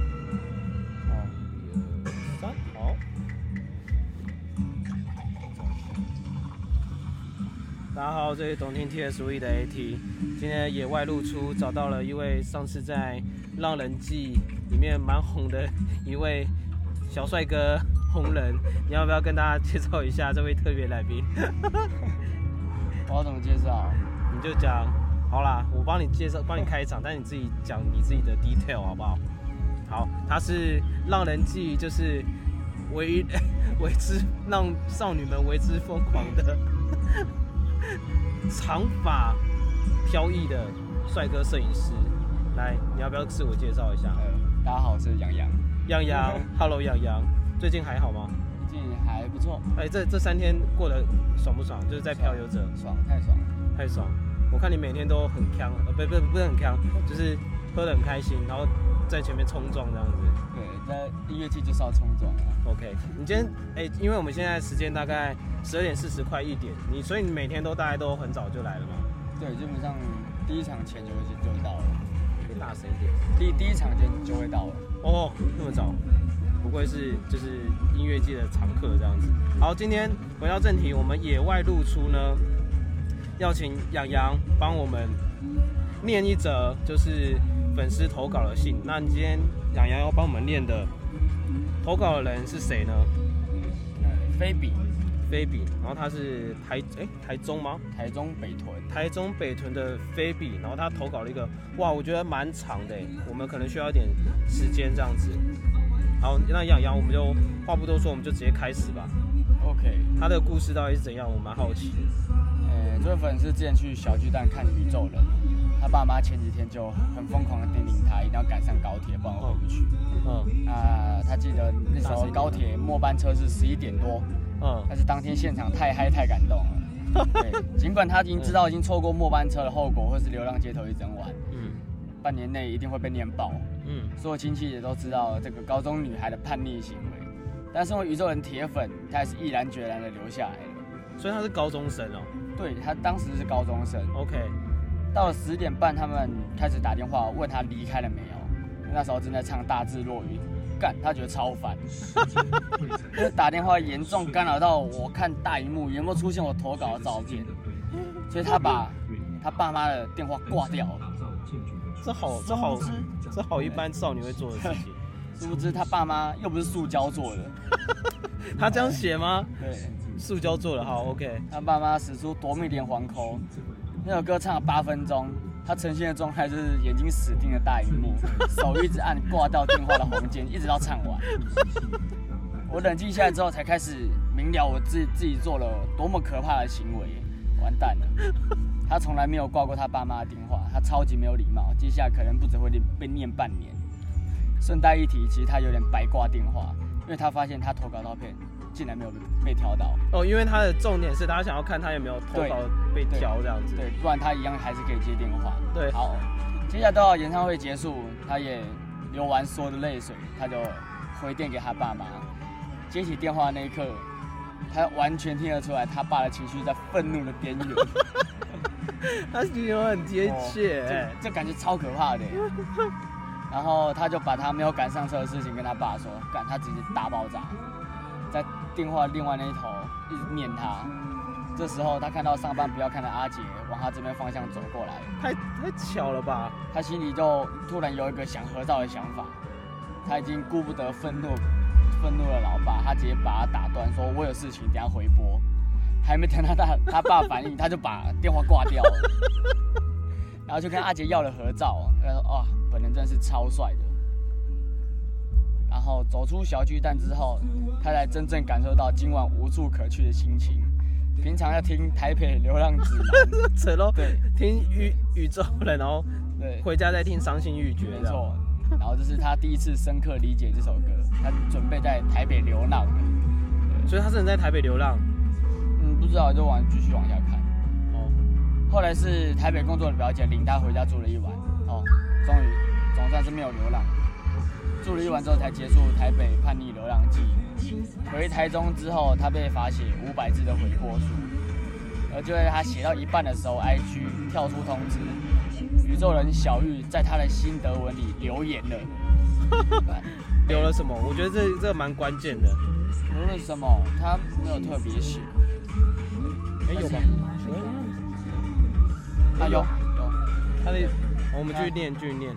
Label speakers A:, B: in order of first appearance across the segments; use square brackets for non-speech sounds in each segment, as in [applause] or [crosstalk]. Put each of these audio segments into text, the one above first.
A: 嗯
B: 八号这是东京 TSV 的 AT，今天野外露出找到了一位上次在《浪人记》里面蛮红的一位小帅哥红人，你要不要跟大家介绍一下这位特别来宾？
A: 我要怎么介绍？
B: 你就讲，好啦，我帮你介绍，帮你开场，但你自己讲你自己的 detail 好不好？好，他是《浪人记》就是为 [laughs] 为之让少女们为之疯狂的 [laughs] 长发飘逸的帅哥摄影师。来，你要不要自我介绍一下？
A: 呃，大家好，我是杨洋，
B: 杨洋，Hello，杨洋，最近还好吗？
A: 最近还不错，
B: 哎，这这三天过得爽不爽？就是在漂游者。
A: 爽太爽了，
B: 太爽！我看你每天都很强，呃，不不不是很强，就是喝得很开心，然后在前面冲撞这样子。
A: 对，在音乐季就是要冲撞啊，
B: OK，你今天哎、因为我们现在时间大概十二点四十快一点，你所以你每天都大概都很早就来了吗？
A: 对，基本上第一场前就会就会到了，
B: 可以大声一点。
A: 第第一场前就会到了，
B: 哦，那么早，不愧是就是音乐界的常客这样子。好，今天回到正题，我们野外露出呢，要请养羊帮我们念一则就是粉丝投稿的信。那你今天养羊要帮我们念的投稿的人是谁呢？
A: 呃，菲比，
B: 菲比，然后他是台哎、台中吗？
A: 台中北屯，
B: 台中北屯的菲比，然后他投稿了一个，哇，我觉得蛮长的耶，欸我们可能需要一点时间这样子。好，那养羊我们就话不多说，我们就直接开始吧。
A: OK，
B: 他的故事到底是怎样，我蛮好奇。
A: 呃，这位粉丝之前去小巨蛋看宇宙人，他爸妈前几天就很疯狂的叮咛他一定要赶上高铁，不然回不去。
B: 嗯
A: 啊，他记得那时候高铁末班车是十一点多，
B: 嗯
A: 但是当天现场太嗨太感动了。对，尽管他已经知道已经错过末班车的后果，或是流浪街头一整晚，
B: 嗯
A: 半年内一定会被念爆。
B: 嗯
A: 所有亲戚也都知道这个高中女孩的叛逆行为，但身为宇宙人铁粉，他还是毅然决然的留下来了。
B: 所以他是高中生哦。
A: 对他当时是高中生，
B: OK，
A: 到了十点半，他们开始打电话问他离开了没有。那时候正在唱《大智若愚》，干，他觉得超烦，因为打电话严重干扰到我看大荧幕有没有出现我投稿的照片，所以他把他爸妈的电话挂掉了。
B: 这好这好这好一般少女会做的事
A: [laughs]
B: 情。
A: 殊不知他爸妈又不是塑胶做的，
B: 他这样写吗？
A: 对
B: 塑胶做的好，OK。
A: 他爸妈使出夺命连环扣。那首歌唱了八分钟，他呈现的状态就是眼睛死盯着大荧幕，手一直按挂到电话的红键，一直到唱完。我冷静下来之后，才开始明了我自己自己做了多么可怕的行为，完蛋了。他从来没有挂过他爸妈的电话，他超级没有礼貌，接下来可能不止会被念半年。顺带一提，其实他有点白挂电话，因为他发现他投稿照片竟然没有被被挑到，
B: 哦，因为他的重点是大家想要看他有没有投稿被挑这样子。
A: 对，不然他一样还是可以接电话。
B: 对
A: 好，接下来到演唱会结束，他也流完所有的泪水，他就回电给他爸妈。接起电话那一刻，他完全听得出来他爸的情绪在愤怒的边缘。
B: 他形容很贴切、欸
A: 哦这这感觉超可怕的耶。然后他就把他没有赶上车的事情跟他爸说，赶他直接大爆炸，在电话另外那一头一直念他。这时候他看到上班不要看的阿杰往他这边方向走过来，
B: 太太巧了吧？ [laughs]
A: 他心里就突然有一个想合照的想法，他已经顾不得愤怒，愤怒的老爸，他直接把他打断，说我有事情，等一下回拨。还没等他大他爸反应，他就把电话挂掉了，然后就跟阿杰要了合照。他说：“哇，本人真是超帅的。”然后走出小巨蛋之后，他才真正感受到今晚无处可去的心情。平常要听台北流浪指南，
B: 扯喽，
A: 对
B: 听宇宇宙人，然后
A: 对，
B: 回家再听伤心欲绝
A: 没
B: 这样。
A: 错，然后这是他第一次深刻理解这首歌，他准备在台北流浪了。
B: 所以他真的在台北流浪。
A: 嗯，不知道就往继续往下看。
B: 哦，
A: 后来是台北工作的表姐领他回家住了一晚，哦，终于总算是没有流浪。住了一晚之后才结束台北叛逆流浪记。回台中之后，他被罚写五百字的悔过书，而就在他写到一半的时候，IG 跳出通知，宇宙人小玉在他的心得文里留言了。
B: 留了什么？我觉得这这蛮关键的。
A: 无论什么，他没有特别写。
B: 哎、有吗？
A: 啊有有，
B: 他的，我们继续念，继续念。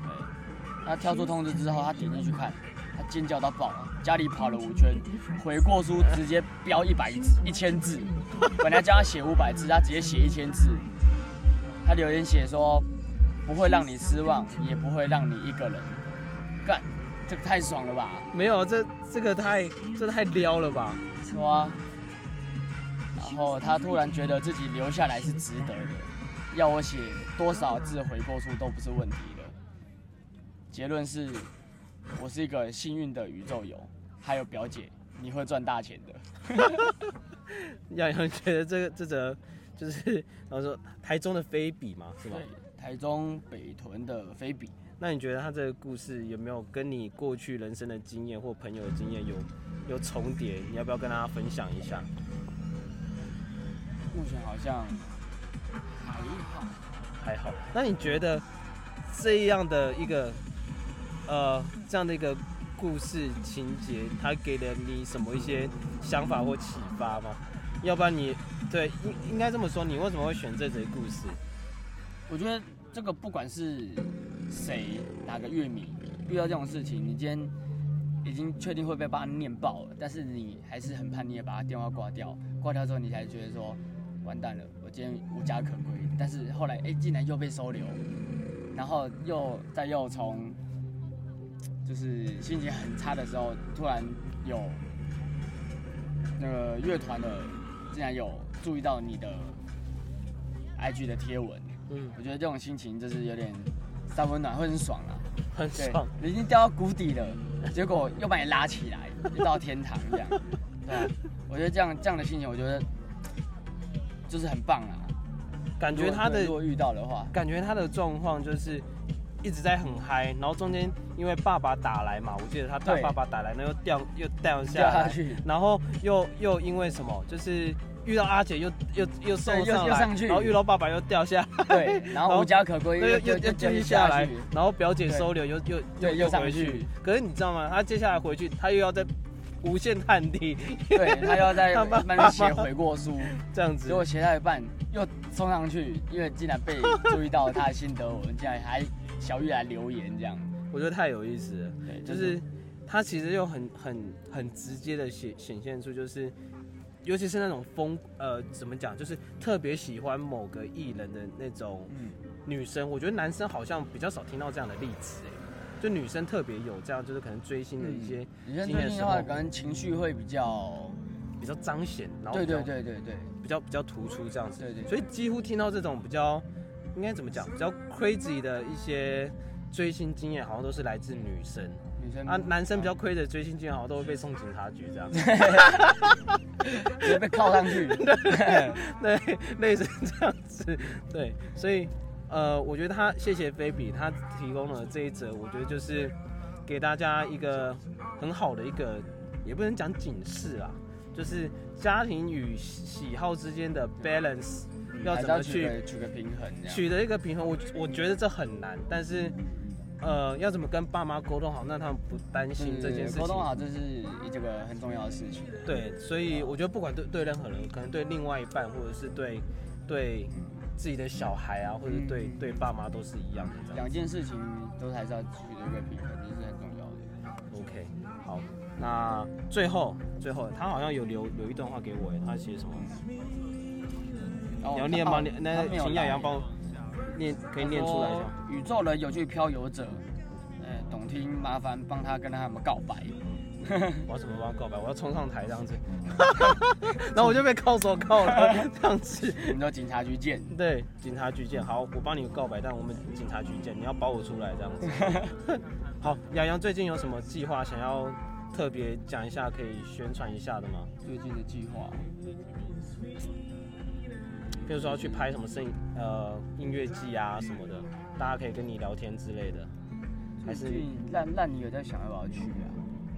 A: 他跳出通知之后，他点进去看，他尖叫到爆啊！家里跑了五圈，悔过书直接标一百一千字，本来叫他写五百字，他直接写一千字。他留言写说：“不会让你失望，也不会让你一个人。”干，这个太爽了吧？
B: 没有，啊这这个太这太撩了吧？
A: 是吗？然后他突然觉得自己留下来是值得的，要我写多少字悔过书都不是问题了。结论是，我是一个幸运的宇宙游，还有表姐，你会赚大钱的。
B: 让人觉得这个这则就是，然后说台中的菲比嘛，是吧？
A: 对，台中北屯的菲比，
B: 那你觉得他这个故事有没有跟你过去人生的经验或朋友的经验有有重叠？你要不要跟大家分享一下？
A: 目前好像还好。
B: 还好。那你觉得这样的一个呃这样的一个故事情节，它给了你什么一些想法或启发吗？要不然你对应应该这么说，你为什么会选这则故事？
A: 我觉得这个不管是谁哪个乐迷遇到这种事情，你今天已经确定会被爸念爆了，但是你还是很叛逆啊的把他电话挂掉，挂掉之后你才觉得说完蛋了，我今天无家可归。但是后来哎、竟然又被收留，然后又再又从就是心情很差的时候，突然有那个乐团的竟然有注意到你的 IG 的贴文。
B: 嗯，
A: 我觉得这种心情就是有点三温暖，会很爽啊。
B: 很
A: 对
B: 爽。，
A: 你已经掉到谷底了，结果又把你拉起来，又到天堂这样。对啊，我觉得这样这样的心情，我觉得就是很棒啊。
B: 感觉他的
A: 如果如果遇到的
B: [laughs]
A: 话，
B: 感觉他的状况就是一直在很嗨，然后中间因为爸爸打来嘛，我记得他打
A: 对
B: 爸爸打来，然后又掉又掉下
A: 掉下
B: 来，
A: 去，
B: 然后又又因为什么，就是遇到阿姐又又又送
A: 对又
B: 上
A: 又
B: 来，
A: 上去
B: 然后遇到爸爸又掉下来，
A: 对，然后无家可归，
B: 又又又
A: 又
B: 继续
A: 下
B: 下来
A: 去，
B: 然后表姐收留又又
A: 对，又上
B: 回
A: 去，，
B: 可是你知道吗？他接下来回去，他又要再无限探地
A: 对他又要在
B: 他爸
A: 慢慢写悔过
B: [laughs]
A: 书，
B: 这样子
A: 结，果写到一半又冲上去，因为竟然被注意到他的心得文，竟然还小玉来留言这样，
B: 我觉得太有意思了。
A: 对，
B: 就是他其实又很很很直接的显显现出，就是尤其是那种风呃怎么讲，就是特别喜欢某个艺人的那种
A: 嗯，
B: 女生，我觉得男生好像比较少听到这样的例子，哎，就女生特别有这样，就是可能追星的一些
A: 女生最近的
B: 经验
A: 话，
B: 时候
A: 可能情绪会比较，
B: 比较彰显，然后
A: 对
B: 比较
A: 对对对对
B: 比较比较突出这样子，
A: 对对，
B: 所
A: 以
B: 以几乎听到这种比较应该怎么讲，比较 crazy 的一些追星经验，好像都是来自女生
A: 女生
B: 啊，男生比较亏的追星经验，好像都会被送警察局这样。
A: 直接被靠上
B: [laughs]
A: 去，
B: 对， [laughs] 类似这样子，对，所以呃，我觉得他谢谢菲比，他提供了这一则，我觉得就是给大家一个很好的一个，也不能讲警示啦，就是家庭与喜好之间的 balance 要
A: 嗯还
B: 怎
A: 是要
B: 么
A: 取
B: 去
A: 个取个平衡这样。
B: 取得一个平衡，我我觉得这很难，但是呃，要怎么跟爸妈沟通好，让他们不担心这件事
A: 嗯沟通
B: 情。
A: 好，这是这个很重要的事情。
B: 对，所以我觉得不管对对任何人，可能对另外一半，或者是对对自己的小孩啊，或者对
A: 嗯
B: 对爸妈都是一样的这样。
A: 两件事情都还是要取得一个平衡，这是很重要的。
B: OK，好，那最后最后他好像有留留一段话给我，他写什么？
A: 然后
B: 你要念吗？你
A: 哦
B: 那
A: 秦
B: 请亚阳帮我念，可以念出来一下。。
A: 宇宙人有去漂游者，呃，懂听麻烦帮他跟他们告白。
B: 我要怎么帮他告白？我要冲上台这样子，然后我就被铐手铐了这样子。
A: 我们到警察局见。
B: 对，警察局见。好，我帮你告白，但我们警察局见，你要保我出来这样子。 [laughs] 好，洋洋最近有什么计划想要特别讲一下，可以宣传一下的吗？
A: 最近的计划，
B: 比如说要去拍什么摄影呃音乐季啊什么的，大家可以跟你聊天之类的。还是
A: 最近烂烂泥有在想要不要去啊？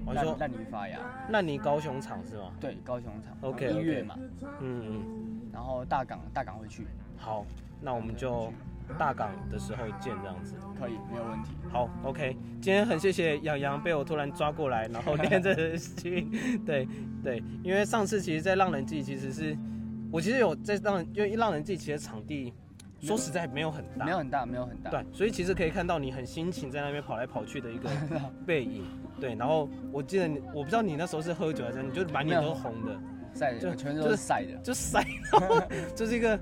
B: 我
A: 烂
B: 说，
A: 烂泥发芽，
B: 那你高雄场是吗？
A: 对，高雄场
B: OK，
A: 一
B: OK
A: 月嘛，
B: 嗯嗯，
A: 然后大港大港会去，
B: 好，那我们就大港的时候见这样子。
A: 可以没有问题。
B: 好，OK，今天很谢谢洋洋被我突然抓过来，然后练这个心， [laughs] 对对，因为上次其实，在浪人季其实是我其实有在浪人，因为浪人季其实场地说实在没有很大，
A: 没有很大，没有很大。
B: 对，所以其实可以看到你很辛勤在那边跑来跑去
A: [laughs]
B: 的一个背影。对，然后我记得你，我不知道你那时候是喝酒还是怎样，你就满脸都是红的，
A: 晒的，
B: 就
A: 我全身
B: 就
A: 都
B: 是
A: 是晒的。
B: 就晒到， [laughs] 就是一个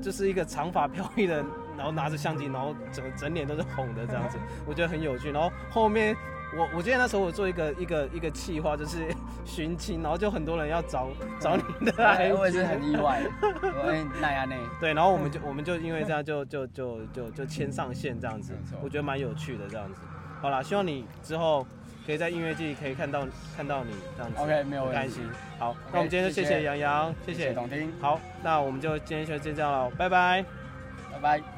B: 就是一个长发飘逸的，然后拿着相机，然后整整脸都是红的这样子，我觉得很有趣。然后后面我我记得那时候我做一个一个一个企划，就是 [laughs] 寻亲，然后就很多人要找找你的
A: 哎
B: IG，
A: 我也是很意
B: [laughs]
A: 外，我也那亚内。
B: 对，然后我们就我们就因为这样就就就就就签上线这样子
A: 没错，
B: 我觉得蛮有趣的这样子。好啦，希望你之后可以在音乐季可以看到看到你这样子
A: OK，没有
B: 很开
A: 问题
B: 心。。好那我们今天就谢
A: 谢谢
B: 杨洋，谢
A: 谢谢董听，
B: 好，那我们就今天就先这样了，拜拜。
A: 拜拜。